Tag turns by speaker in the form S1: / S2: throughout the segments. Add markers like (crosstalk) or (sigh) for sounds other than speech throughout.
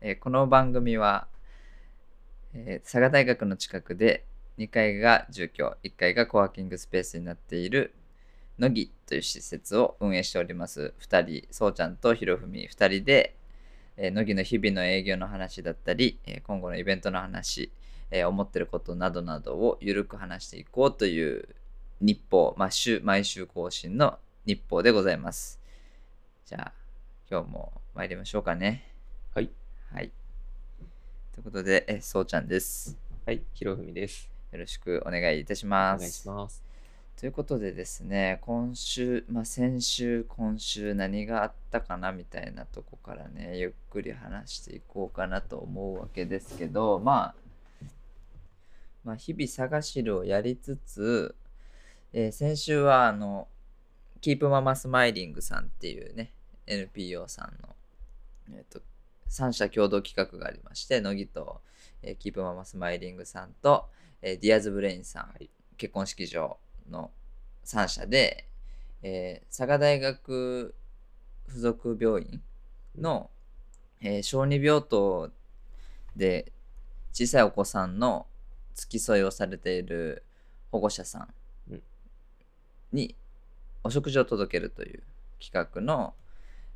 S1: えーこの番組は、えー佐賀大学の近くで2階が住居1階がコワーキングスペースになっている乃木という施設を運営しております2人そうちゃんとひろふみ2人で、えー乃木の日々の営業の話だったり、えー今後のイベントの話、えー思ってることなどなどをゆるく話していこうという日報、まあ、週毎週更新の日報でございますじゃあ今日も参りましょうかね
S2: はい
S1: はいということでえそうちゃんです
S2: はい、ひろふみです。
S1: よろしくお願いいたし
S2: お
S1: ま
S2: 願いし
S1: す。
S2: ます。
S1: ということでですね、今週、まあ、先週、今週何があったかなみたいなとこからね、ゆっくり話していこうかなと思うわけですけど、まあ、まあ、日々探しるをやりつつ、えー先週は、あの、キープママスマイリングさんっていうね、NPO さんの、えっ、と、3社共同企画がありまして、乃木と、えーキープママスマイリングさんと、えーディアズブレインさん、
S2: はい
S1: 結婚式場の3社で、えー佐賀大学附属病院の、えー小児病棟で小さいお子さんの付き添いをされている保護者さ
S2: うんん
S1: にお食事を届けるという企画の、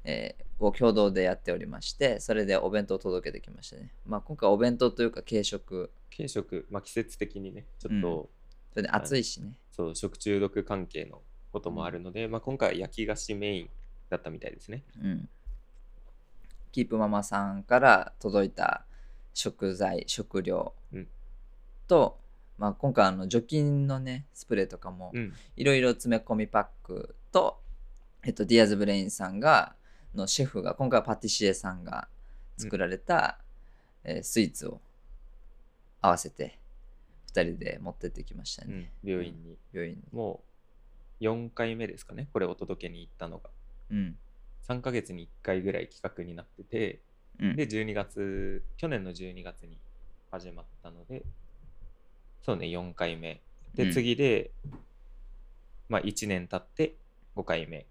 S1: えーを共同でやっておりましてそれでお弁当を届けてきましたね、まあ、今回お弁当というか軽食
S2: 軽食、まあ、季節的にね、ちょっと、
S1: それで暑いしね、
S2: そう食中毒関係のこともあるので、まあ、今回は焼き菓子メインだったみたいですね。
S1: うん、キープママさんから届いた食材食料
S2: うん
S1: と、まあ、今回あの除菌のねスプレーとかも
S2: うん、
S1: いろいろ詰め込みパックと、えっと、ディアズ・ブレインさんがのシェフが今回はパティシエさんが作られた、えースイーツを合わせて2人で持ってってきました
S2: う
S1: ね、
S2: ん、病院に。
S1: 病院に。
S2: もう4回目ですかね、これお届けに行ったのが。
S1: うん
S2: 3ヶ月に1回ぐらい企画になってて、
S1: うん
S2: で、12月、去年の12月に始まったので、そうね、4回目。
S1: う
S2: で、
S1: ん
S2: 次で、まあ、1年経って5回目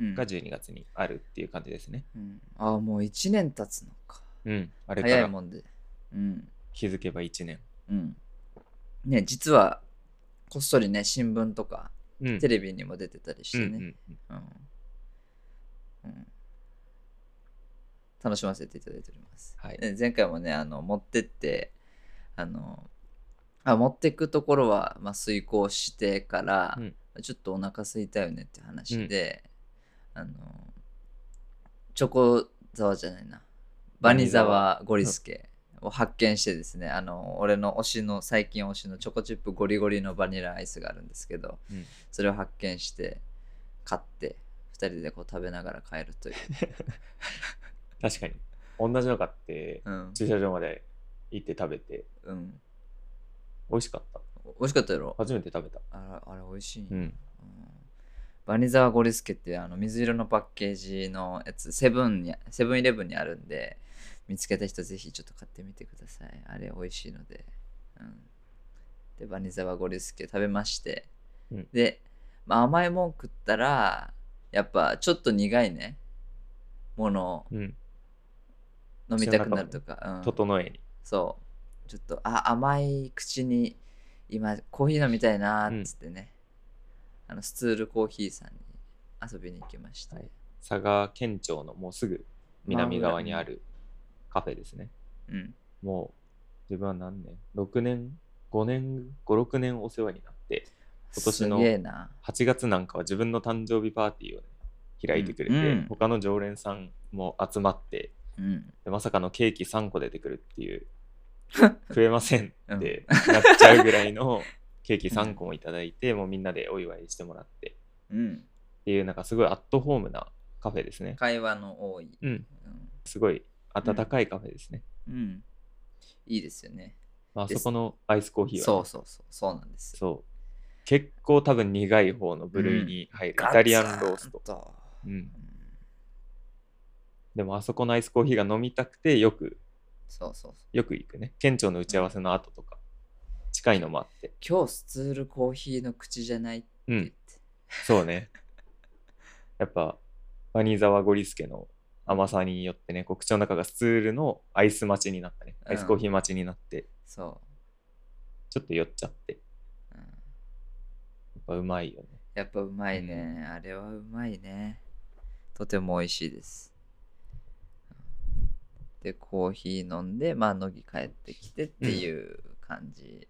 S1: うん
S2: が12月にあるっていう感じですね。
S1: うんああもう1年経つのか
S2: うん、あれか
S1: 早い
S2: ら
S1: もんで。うん
S2: 気づけば1年。
S1: うん、ね実はこっそりね新聞とか
S2: うん
S1: テレビにも出てたりして
S2: うん
S1: ね、
S2: うんうん
S1: うんうん楽しませていただいております、
S2: はい
S1: ね前回もねあの持ってってあのあ持ってくところは、まあ、遂行してから、
S2: うん
S1: ちょっとお腹空いたよねって話で、あのチョコザワじゃないなバニザワゴリスケを発見してですね、あの俺の推しの最近推しのチョコチップゴリゴリのバニラアイスがあるんですけど、
S2: うん
S1: それを発見して買って2人でこう食べながら帰る
S2: (laughs)
S1: という、
S2: 確かに。同じの買って、
S1: うん
S2: 駐車場まで行って食べて、
S1: うん、
S2: 美味しかった。
S1: お美味しかったやろ
S2: 初めて食べた。
S1: あれあれ美味しいんや、
S2: うん。
S1: うんバニザワゴリスケっていうあの水色のパッケージのやつセブンにセブンイレブンにあるんで見つけた人ぜひちょっと買ってみてくださいあれ美味しいので、うん、でバニザワゴリスケ食べまして、
S2: うん
S1: で、まあ、甘いもん食ったらやっぱちょっと苦いねもの
S2: うん。
S1: を飲みたくなるとか、うん、
S2: 整えに。
S1: そうちょっとあ甘い口に今コーヒー飲みたいなーっつってね、あのスツールコーヒーさんに遊びに行きました、
S2: はい佐賀県庁のもうすぐ南側にあるカフェですね。
S1: うん
S2: もう、自分は何年 ?6 年 ?5 年 ?5、6年お世話になって、今年の
S1: すげえな
S2: 8月なんかは自分の誕生日パーティーをね、開いてくれて、
S1: うんうん
S2: 他の常連さんも集まって、
S1: うん
S2: でまさかのケーキ3個出てくるっていう食えませんってなっちゃうぐらいのケーキ3個もいただいて、もうみんなでお祝いしてもらってっ
S1: うん
S2: ていうなんかすごいアットホームなカフェですね
S1: 会話の多い
S2: うん
S1: うん、
S2: すごい温かいカフェですね、
S1: うんいいですよね
S2: まああ
S1: です
S2: そこのアイスコーヒーはね、
S1: そうそうそうそうなんですよ
S2: そう結構多分苦い方の部類に入る、
S1: ガ
S2: イ
S1: ツ
S2: タリアンロースト
S1: ン、と
S2: うん
S1: う、ん
S2: でもあそこのアイスコーヒーが飲みたくてよく
S1: そうそうそう
S2: よく行くね県庁の打ち合わせの後とか近いのもあって
S1: 今日スツールコーヒーの口じゃないって
S2: う
S1: 言っ
S2: ん
S1: て、
S2: そうね。やっぱ、バニーザワゴリスケの甘さによってね、こう口の中がスツールのアイス待ちになったね。アイスコーヒー待ちになって、
S1: そ
S2: ちょっと酔っちゃって、
S1: う、うん
S2: やっぱうまいよね。
S1: やっぱうまいね、あれはうまいねとても美味しいですでコーヒー飲んでまあ乃木帰ってきてっていう感じ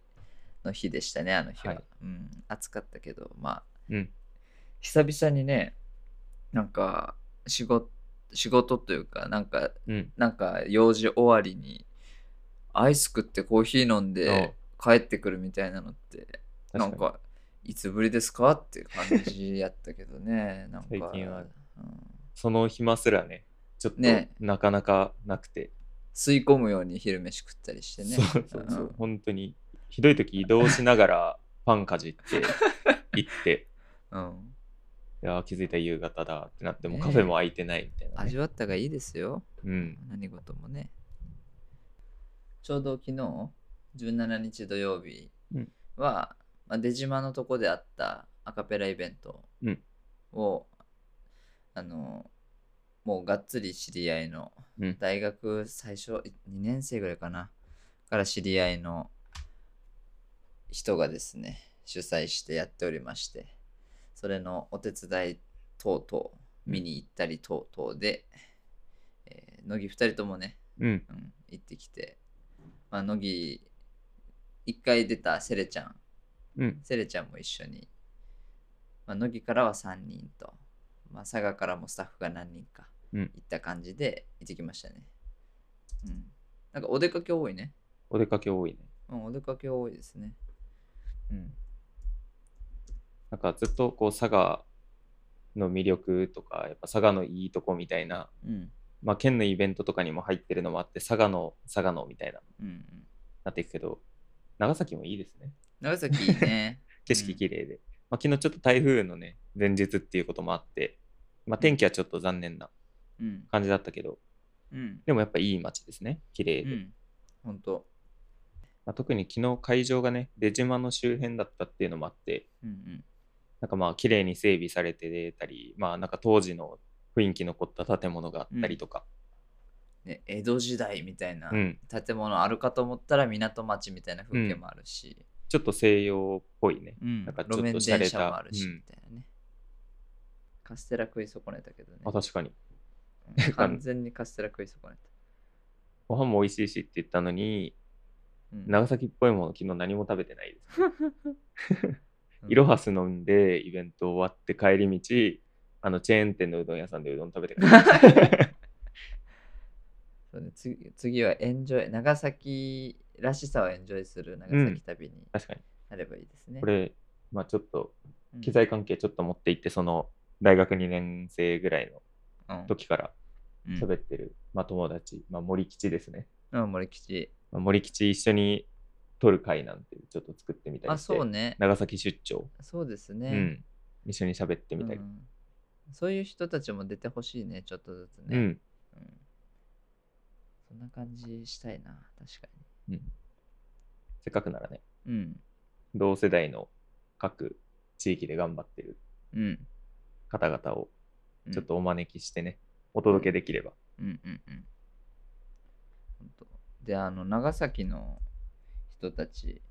S1: の日でしたね、あの日は、
S2: はい
S1: うん、暑かったけどまあ
S2: うん。
S1: 久々にねなんか仕事仕事というかなんか
S2: うん。
S1: なんか用事終わりにアイス食ってコーヒー飲んで帰ってくるみたいなのって
S2: そう
S1: なんかいつぶりですかって感じやったけど
S2: (laughs)
S1: ねなんか
S2: 最近は
S1: うん
S2: その暇すらね、ちょっと
S1: ね
S2: なかなかなくて、
S1: 吸い込むように昼飯食ったりしてね
S2: そうそうそう、
S1: ん
S2: 本当にひどい時移動しながらパンかじって
S1: (laughs)
S2: 行って、
S1: うん
S2: いやー気づいたら夕方だってなって、もう
S1: ね
S2: カフェも空いてないみたいなね、
S1: 味わったがいいですよ
S2: うん。
S1: 何事もねちょうど昨日17日土曜日
S2: うん
S1: は、まあ、出島のとこであったアカペライベント
S2: うん
S1: を、あのもうがっつり知り合いの
S2: うん。
S1: 大学最初2年生ぐらいかなから知り合いの人がですね主催してやっておりましてそれのお手伝い等々見に行ったり等々で、えー乃木2人ともね、
S2: うん。
S1: うん、行ってきて、まあ、乃木1回出たセレちゃん
S2: うん。
S1: セレちゃんも一緒に、まあ、乃木からは3人と、まあ、佐賀からもスタッフが何人か
S2: うん
S1: 行った感じで行ってきましたね。うん。なんかお出かけ多いね。
S2: お出かけ多いね。
S1: うん、お出かけ多いですね。うん。
S2: なんかずっとこう佐賀の魅力とか、やっぱ佐賀のいいとこみたいな、
S1: うん。
S2: まあ県のイベントとかにも入ってるのもあって、佐賀の、佐賀のみたいな、
S1: うん、うん。
S2: なっていくけど、長崎もいいですね。
S1: 長崎いい
S2: (laughs)
S1: ね。
S2: 景色綺麗で、まあ、昨日ちょっと台風のね前日っていうこともあって、まあ、天気はちょっと残念な
S1: うん。
S2: 感じだったけど
S1: うん。
S2: でもやっぱいい街ですね綺麗
S1: う
S2: で、
S1: ん。ほんと。
S2: まあ、特に昨日会場がね出島の周辺だったっていうのもあって
S1: うんうん。
S2: なんかまあ綺麗に整備されてたりまあなんか当時の雰囲気残った建物があったりとか、
S1: ね、江戸時代みたいな
S2: うん
S1: 建物あるかと思ったら港町みたいな風景もあるし、
S2: ちょっと西洋っぽいね
S1: うん、
S2: なんかちょっと
S1: 路面
S2: 洒落た
S1: 電車もあるし、
S2: うん
S1: みたいなね。カステラ食い損ねたけどね
S2: あ。確かに
S1: うん完全にカステラ食い損ねた。
S2: ご飯も美味しいしって言ったのに
S1: うん
S2: 長崎っぽいもの昨日何も食べてないです
S1: うん
S2: いろはす飲んでイベント終わって帰り道あのチェーン店のうどん屋さんでうどん食べて
S1: (laughs)
S2: 帰 (laughs) る
S1: そうね次次はエンジョイ、長崎らしさをエンジョイする長崎旅に
S2: 確かに
S1: なればいいですね。
S2: これ、まあ、ちょっと
S1: うん、
S2: 機材関係ちょっと持っていってその大学2年生ぐらいの時から
S1: うん、
S2: 喋ってる、まあ、友達、まあ、森吉ですね、
S1: うん、うん、森吉。
S2: まあ、森吉一緒に撮る会なんてちょっと作ってみた
S1: あ、
S2: りして
S1: そうね。
S2: 長崎出張、
S1: そうです
S2: う
S1: ね。
S2: ん、一緒に喋ってみたり、
S1: うんそういう人たちも出てほしいね、ちょっとずつね。
S2: うん
S1: うんそんな感じしたいな、確か
S2: せっかくならね
S1: に。うん。
S2: 同世代の各地域で頑張ってる
S1: うん。
S2: 方々を
S1: うん
S2: ちょっとお招きしてね、お届けできれば。
S1: うんうんうん。ほんとで、あの、長崎の人たち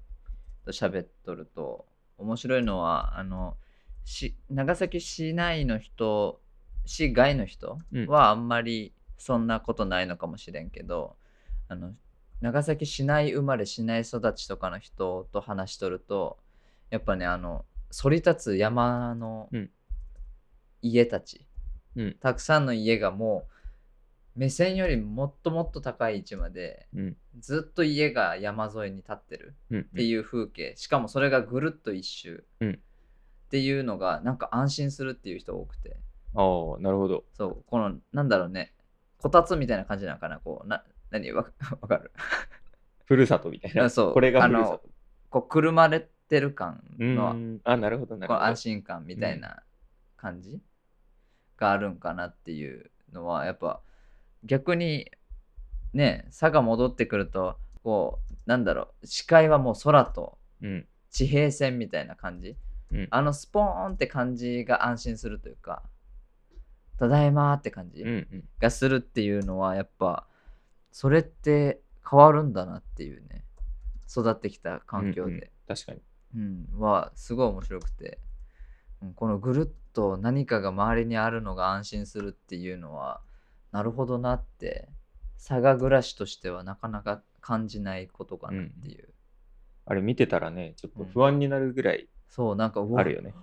S1: と喋っとると、面白いのは、あの、し長崎市内の人、市外の人
S2: うん
S1: はあんまりそんなことないのかもしれんけど、あの、長崎市内生まれ市内育ちとかの人と話しとると、やっぱね、あの、そり立つ山の
S2: うん
S1: 家たち、
S2: うん
S1: たくさんの家がもう目線よりもっともっと高い位置まで
S2: うん。
S1: ずっと家が山沿いに立ってる
S2: うん。
S1: っていう風景、しかもそれがぐるっと一周、
S2: うん
S1: っていうのがなんか安心するっていう人多くて
S2: ああ、なるほど。
S1: そうこのなんだろうねこたつみたいな感じなのかなこうな何わわかる
S2: ふるさとみたいな。
S1: あそう
S2: これが
S1: あ
S2: ふるさ
S1: の
S2: と。
S1: こうくるまれてる感
S2: う
S1: の
S2: ん。あ、なるほど、な
S1: こ
S2: る
S1: の
S2: ほ
S1: 安
S2: ど。
S1: 心感みたいな感じがあるんかなっていうのはやっぱ逆にね差が戻ってくるとこうなんだろう視界はもう空と
S2: うん。
S1: 地平線みたいな感じ
S2: うん。
S1: あのスポーンって感じが安心するというかただいまーって感じ
S2: うんうん。
S1: がするっていうのは、やっぱ、それって変わるんだなっていうね、育ってきた環境
S2: うんうん
S1: で、
S2: 確かに。
S1: うんは、すごい面白くて、うんこのぐるっと何かが周りにあるのが安心するっていうのは、なるほどなって、佐賀暮らしとしてはなかなか感じないことかなっていう。
S2: あれ見てたらね、ちょっと不安になるぐらい
S1: そう、なんか、うわ
S2: あるよね。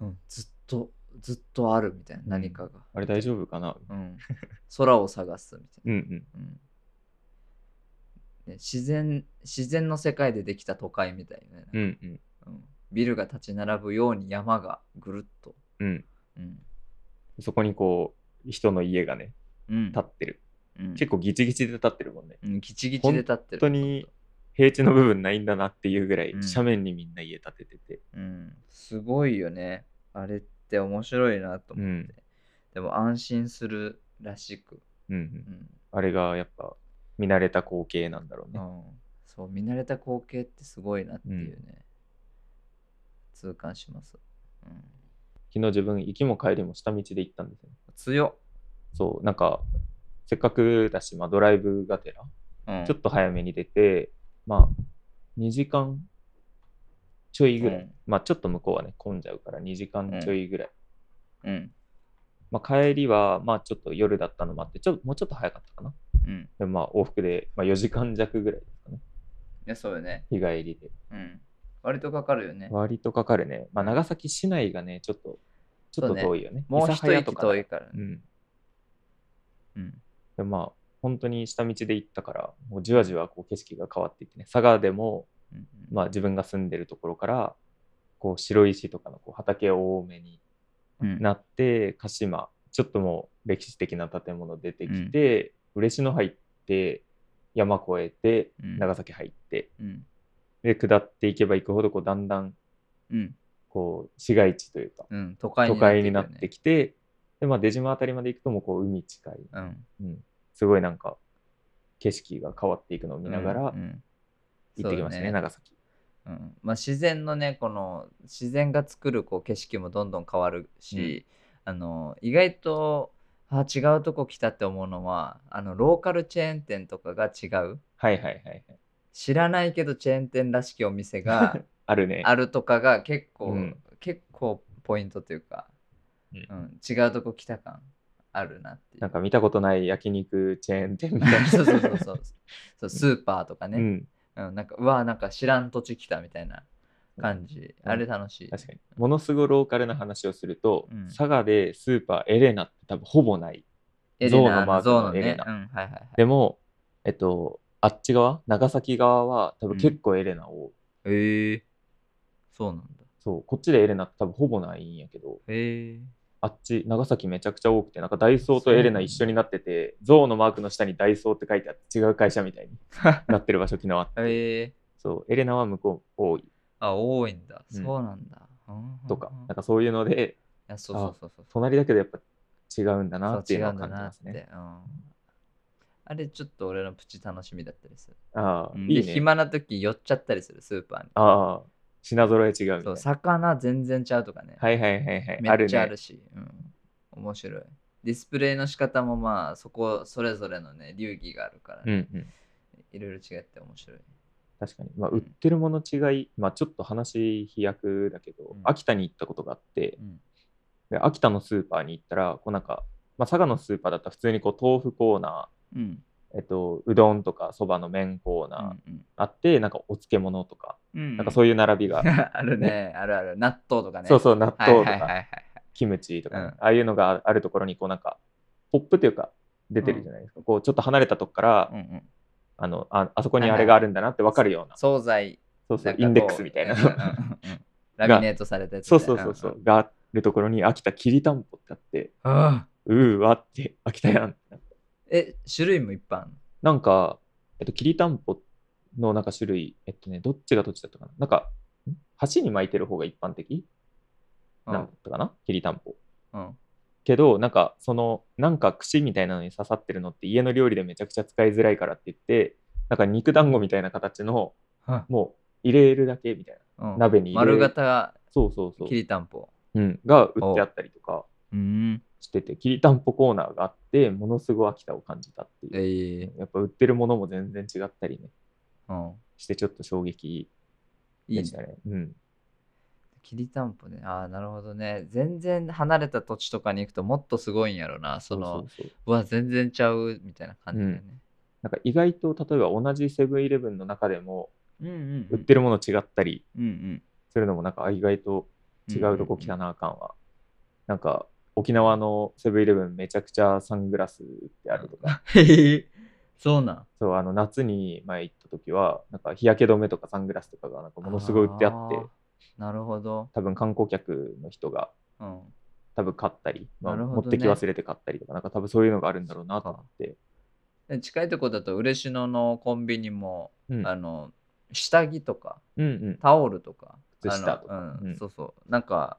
S1: うん、ずっと、ずっとあるみたいな、何かが。
S2: あれ大丈夫かな
S1: うん、空を探すみたい
S2: うんうん。
S1: な、うんね自然。自然の世界でできた都会みたいなね、
S2: うんうん。
S1: うんビルが立ち並ぶように山がぐるっと。
S2: うん。
S1: うん
S2: そこにこう、人の家がね、
S1: うん
S2: 立ってる。
S1: うん、
S2: 結構ギチギチで立ってるもんね。
S1: うん、ギチギチで立ってる。
S2: 本当に平地の部分ないんだなっていうぐらい、
S1: うん
S2: 斜面にみんな家建ててて。
S1: うん、すごいよね。あれって面白いなと思って。
S2: うん
S1: でも安心するらしく。
S2: うんう。
S1: うんん
S2: あれがやっぱ見慣れた光景なんだろう
S1: う
S2: ね。
S1: ん、そう見慣れた光景ってすごいなっていうね、痛感します、うん、
S2: 昨日自分行きも帰りも下道で行ったんですよね。
S1: 強っ、
S2: そう、なんか、せっかくだし、まあ、ドライブがてら、
S1: うん、
S2: ちょっと早めに出て、まあ、2時間ちょいぐらい、
S1: うん
S2: まあ、ちょっと向こうはね、混んじゃうから、2時間ちょいぐらい。
S1: うん
S2: まあ、帰りは、まあ、ちょっと夜だったのもあって、ちょもうちょっと早かったかな。
S1: うん
S2: でまあ、往復で、まあ、4時間弱ぐらいですかね、
S1: いやそうよね、
S2: 日帰りで。
S1: うん、割とかかるよね
S2: 割とかかるね。まあ、長崎市内がね、ちょっと、ち
S1: そ
S2: ょっ
S1: う
S2: と
S1: ね
S2: 遠いよね。
S1: もう
S2: 諫
S1: 一
S2: 早
S1: 息遠
S2: だ
S1: いから
S2: う
S1: ね
S2: ん。
S1: うん
S2: でまあ本当に下道で行ったからもうじわじわこう景色が変わっていってね佐賀でも、
S1: うん
S2: まあ、自分が住んでるところからこう白石とかのこう畑多めに
S1: うん
S2: なって鹿島ちょっともう歴史的な建物出てきて、嬉野入って山越えて
S1: うん
S2: 長崎入って、
S1: うん
S2: で下っていけば行くほどこうだんだん
S1: うん
S2: こう市街地というか
S1: うん都会
S2: 都会になって
S1: き
S2: きて,、でまあ、出島あたりまで行くともうこう海近い、
S1: たよね
S2: うん、すごいなんか景色が変わっていくのを
S1: うん
S2: 見ながら、
S1: うんうん
S2: 行ってきましたね
S1: そうだね
S2: 長崎
S1: うんまあ、自然のねこの自然が作るこう景色もどんどん変わるし、あの意外とあ違うとこ来たって思うのはあのローカルチェーン店とかが違う
S2: はいはいはいはい
S1: 知らないけどチェーン店らしきお店
S2: (laughs)
S1: が
S2: あるね
S1: あるとかが結構、
S2: うん
S1: 結構ポイントというか、
S2: うん
S1: うん、違うとこ来た感あるなっていう
S2: なんか見たことない焼肉チェーン店みたいな
S1: (laughs) そうそうそうそうそうスーパーとか
S2: う
S1: ね、
S2: ん
S1: うんなんかうわなんか知らん土地来たみたいな感じ、
S2: うん
S1: あれ楽しい
S2: 確かにものすごいローカルな話をすると、
S1: うん
S2: 佐賀でスーパーエレナって多分ほぼない
S1: エレ
S2: ゾウのマ
S1: ナ
S2: ーク
S1: ゾ
S2: の
S1: ウの
S2: エレ
S1: ね。
S2: ナ
S1: うん、はいはいはい。
S2: でもえっとあっち側長崎側は多分結構エレナを、
S1: へえー、そうなんだ。
S2: そうこっちでエレナって多分ほぼないんやけど
S1: へえー。
S2: あっち長崎めちゃくちゃ多くてなんかダイソーとエレナ一緒になっててゾウのマークの下にダイソーって書いてあって違う会社みたい
S1: (laughs)
S2: になってる場所昨日あって、
S1: へえ
S2: そうエレナは向こう多い
S1: ー。あ、多いんだ。
S2: うん
S1: そうなんだ。うん
S2: とか、
S1: うんうん
S2: なんかそういうので
S1: いや、そうそうそうそう。
S2: 隣だけどやっぱ違うんだなっ
S1: そ
S2: て
S1: う
S2: いう
S1: 違
S2: の
S1: う
S2: は
S1: んだ
S2: 感じ
S1: な
S2: ま
S1: っ
S2: す
S1: て。
S2: ね。
S1: うんあれちょっと俺のプチ楽しみだったりする。
S2: ああ、
S1: うん
S2: いい
S1: で
S2: ね。
S1: 暇な時寄っちゃったりする、スーパーに。
S2: ああ、品揃え違うみたい
S1: そう、
S2: な。
S1: 魚全然ちゃうとかね。
S2: はいはいはいはい。あ
S1: めっ
S2: る
S1: ちゃあ
S2: ね
S1: る。し。うん。面白い。ディスプレイの仕方もまあ、そこそれぞれのね、流儀があるから
S2: う
S1: ね、
S2: んうん。
S1: いろいろ違って面白い。
S2: 確かに。まあ、売ってるもの違い、まあちょっと話飛躍だけど、
S1: うん
S2: 秋田に行ったことがあって
S1: う、ん。
S2: で秋田のスーパーに行ったら、こうなんか、まあ佐賀のスーパーだったら普通にこう豆腐コーナ
S1: うん。
S2: ー、えっと、うどんとかそばの麺コーナ
S1: う
S2: ー
S1: ん
S2: あって、なんかお漬物とか、
S1: うん。
S2: なんか
S1: う
S2: そういう並びが、
S1: んある (laughs) ね、あるある。納豆とかね。
S2: そうそう、納
S1: はいは
S2: 豆
S1: い
S2: と
S1: はいは
S2: か
S1: いはい。
S2: キムチとかね、
S1: うん
S2: ああいうのがあるところにこうなんかポップというか出てるじゃないですか、こうちょっと離れたとこから、
S1: うんうん。
S2: あのああそこに
S1: はいは
S2: あ
S1: い
S2: れがあるんだなって分かるような、
S1: 惣菜
S2: そうそ
S1: な
S2: うん
S1: か
S2: イ
S1: こう
S2: ンデックスみたいな、
S1: うんうんうんうんラミネートされたやつ
S2: (laughs) そ
S1: ね。
S2: うそうそうそ
S1: ん
S2: う。があるところに秋田きりたんぽってあって
S1: ああ
S2: うーわって秋田やん
S1: え、種類もいっぱいあるの
S2: なんか、えっと、きりたんぽのなんか種類えっとねどっちがどっちだったかななんかん箸に巻いてる方が一般的
S1: う
S2: なんだったかなきりたんぽ
S1: んうん
S2: けどなんかそのなんか串みたいなのに刺さってるのって家の料理でめちゃくちゃ使いづらいからって言ってなんか肉団子みたいな形の
S1: は
S2: もう入れるだけみたいな
S1: うん
S2: 鍋に入れ
S1: 丸型
S2: そうそうそう
S1: きりたんぽ。
S2: うん、が売ってあったりとか
S1: うん。
S2: してて、きりたんぽコーナーがあって、ものすごい秋田を感じたっていう。
S1: ええ
S2: やっぱ売ってるものも全然違ったりね、
S1: うん。
S2: してちょっと衝撃
S1: いい
S2: で
S1: ね
S2: し。たね。うん。
S1: きりたんぽね。ああ、なるほどね。全然離れた土地とかに行くともっとすごいんやろな。その、う
S2: うそうそう
S1: わ、全然ちゃうみたいな感じだよね。
S2: なんか意外と例えば同じセブンイレブンの中でも
S1: うんうんうん。
S2: 売ってるもの違ったり
S1: うんうん。
S2: するのもなんかあ意外と違うとこ来た
S1: な。
S2: なあかんわ。なんか沖縄のセブンイレブンめちゃくちゃサングラス売ってあるとか、
S1: へえ、 (laughs) そうなん。
S2: そうあの夏に前行った時はなんか日焼け止めとかサングラスとかがなんかものすごい売ってあって
S1: ー。なるほど。
S2: 多分観光客の人が
S1: うん。
S2: 多分買ったり、まあ
S1: なるほ
S2: 持
S1: ど
S2: っ
S1: ね
S2: てき忘れて買ったりとかなんか多分そういうのがあるんだろうなと思って、
S1: で近いとこだと嬉野のコンビニも、
S2: うん、
S1: あの下着とか
S2: うんうん
S1: タオルとか
S2: 靴下とか
S1: あのうん
S2: うん
S1: そうそうなんか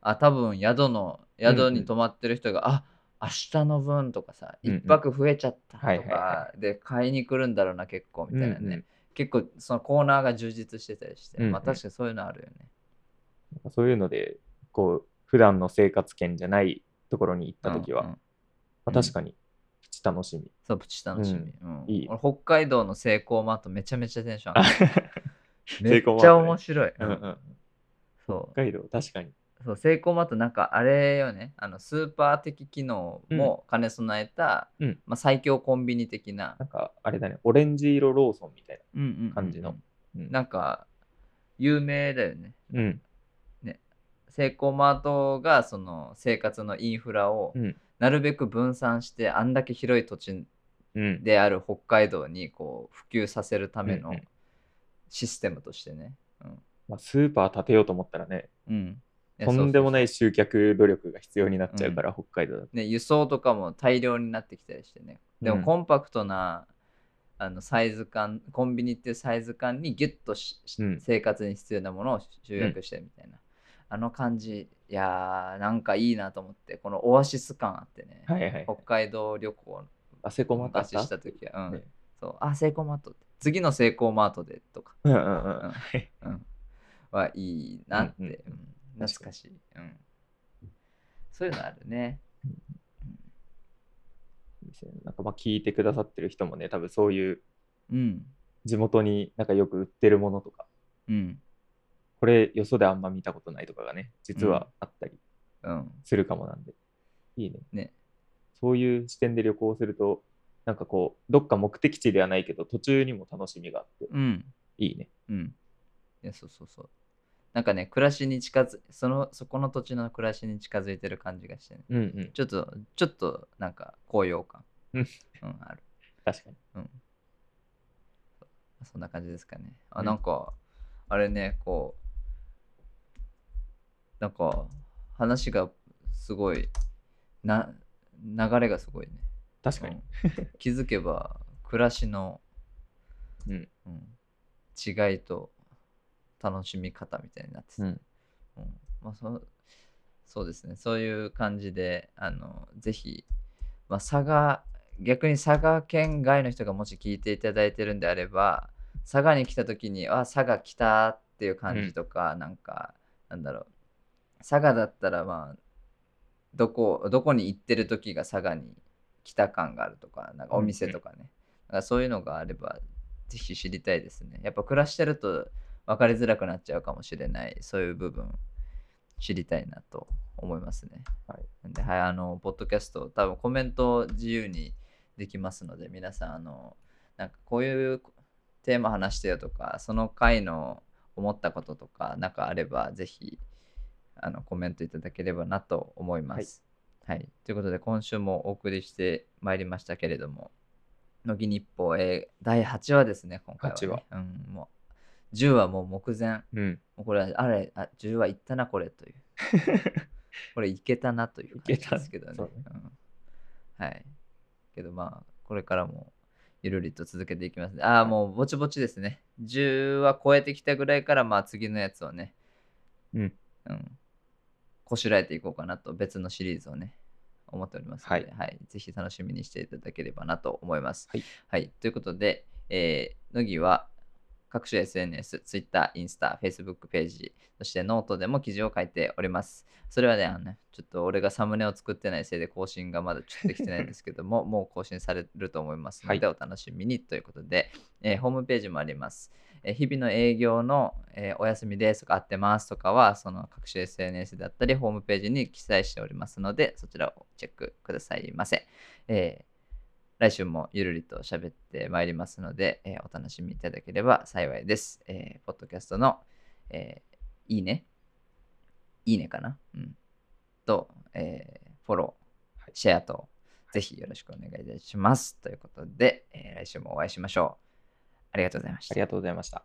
S1: あ多分宿の宿に泊まってる人が、あ明日の分とかさ
S2: うんう
S1: 一
S2: ん
S1: 泊増えちゃった
S2: はい
S1: と
S2: はいは
S1: かで買いに来るんだろうな結構みたいなね、
S2: うんうん
S1: 結構そのコーナーが充実してたりして、
S2: うんうん
S1: まあ確かにそういうのあるよね
S2: そういうのでこう普段の生活圏じゃないところに行った時は、
S1: うんうん
S2: まあ、確かにプチ楽しみ、
S1: そうプチ楽しみ、うん
S2: いい
S1: 俺北海道のセイコーマートめちゃめちゃテンション上がるめ
S2: (laughs) セ
S1: っ
S2: イコーマートね
S1: ちゃ面白い、
S2: うんうん
S1: そう
S2: 北海道確かに
S1: そうセイコーマートなんかあれよねあのスーパー的機能も兼ね備えた、
S2: うん
S1: まあ、最強コンビニ的な
S2: なんかあれだねオレンジ色ローソンみたい
S1: 感
S2: 感じのな、うん、
S1: なんか有名だよね
S2: うん
S1: セイコーマートがその生活のインフラを
S2: うん
S1: なるべく分散してあんだけ広い土地
S2: うん
S1: である北海道にこう普及させるため
S2: う
S1: の
S2: んうん
S1: システムとしてねうん、
S2: まあ、スーパー建てようと思ったらね
S1: うん
S2: とんで
S1: いやそう
S2: も
S1: そう
S2: ない集客努力が必要になっちゃうから、北海道だと、
S1: ね、輸送とかも大量になってきたりしてねで
S2: う
S1: も
S2: ん
S1: コンパクトな、あのサイズ感コンビニっていうサイズ感にギュッとし、し
S2: うん
S1: 生活に必要なものを集約してみたいな、あの感じいやーなんかいいなと思ってこのオアシス感あってね、
S2: はいはい
S1: 北海道旅行の
S2: あセコマだっ
S1: 昔
S2: た
S1: した時は、うん
S2: ね
S1: そうあセイコーマートって次のセイコーマートでとか、
S2: うんうんうん
S1: うんうん、はいいなって、
S2: うんうん
S1: うん懐かしい、うん、そういうのあるね
S2: ですよねなんかまあ聞いてくださってる人もね多分そういう
S1: うん
S2: 地元になんかよく売ってるものとか
S1: うん
S2: これよそであんま見たことないとかがね実はあったり
S1: うん
S2: するかもなんで、いいね
S1: ね
S2: そういう視点で旅行するとなんかこうどっか目的地ではないけど途中にも楽しみがあって
S1: うん
S2: いいね
S1: うん。いや、そうそうそう。なんかね、暮らしに近づその、そこの土地の暮らしに近づいてる感じがしてね。
S2: うんうん
S1: ちょっと、ちょっと、なんか、高揚感。
S2: うん
S1: うん、ある。
S2: 確かに
S1: そんな感じですかね。あ、
S2: うん
S1: なんか、あれね、こう、なんか、話がすごい、な、流れがすごいね。
S2: 確 (laughs) かに、
S1: うん気づけば、暮らしの、
S2: うん
S1: うん、違いと、楽しみ方みたいになってて
S2: うん
S1: うんまあ、そうそうですねそういう感じであのぜひ、まあ、佐賀逆に佐賀県外の人がもし聞いていただいてるんであれば佐賀に来た時にあ佐賀来たっていう感じとか、なんかなんだろう佐賀だったらまあどこどこに行ってる時が佐賀に来た感があるとかなんかお店とかね、だからそういうのがあればぜひ知りたいですねやっぱ暮らしてると分かりづらくなっちゃうかもしれないそういう部分知りたいなと思いますね。
S2: はい、
S1: なんで、はい、あの、ポッドキャスト、多分コメント自由にできますので、皆さん、あの、なんかこういうテーマ話してよとか、その回の思ったこととか、なんかあれば、ぜひ、あの、コメントいただければなと思います。はい、ということで、今週もお送りしてまいりましたけれども、乃木日報、えー第8話ですね、今回は、ね。
S2: 8話
S1: うん、もう、10話もう目前。
S2: うん
S1: もうこれはあれあ10はいったなこれというこれいけたなという感じですけどね
S2: いけたそうね
S1: うんはいけどまあこれからもゆるりと続けていきますねああもうぼちぼちですね10は超えてきたぐらいからまあ次のやつをね
S2: うん、
S1: うん、こしらえていこうかなと別のシリーズをね思っておりますので、はいぜひ楽しみにしていただければなと思います。
S2: はい
S1: ということで、えー、乃木は各種 SNS、Twitter、インスタ、Facebook ページ、そしてノートでも記事を書いております。それはね、あのねちょっと俺がサムネを作ってないせいで更新がまだちょっとできてないんですけども、もう更新されると思いますので、お楽しみにということで、えーホームページもあります。えー日々の営業の、えーお休みですとか、会ってますとかは、その各種 SNS だったり、ホームページに記載しておりますので、そちらをチェックくださいませ。えー来週もゆるりと喋ってまいりますので、えーお楽しみいただければ幸いです。えーポッドキャストの、えーいいね、いいねかな、うん、と、えーフォロー、シェアと、ぜひよろしくお願いいたします。ということで、えー来週もお会いしましょう。ありがとうございました
S2: あり。がとうございました。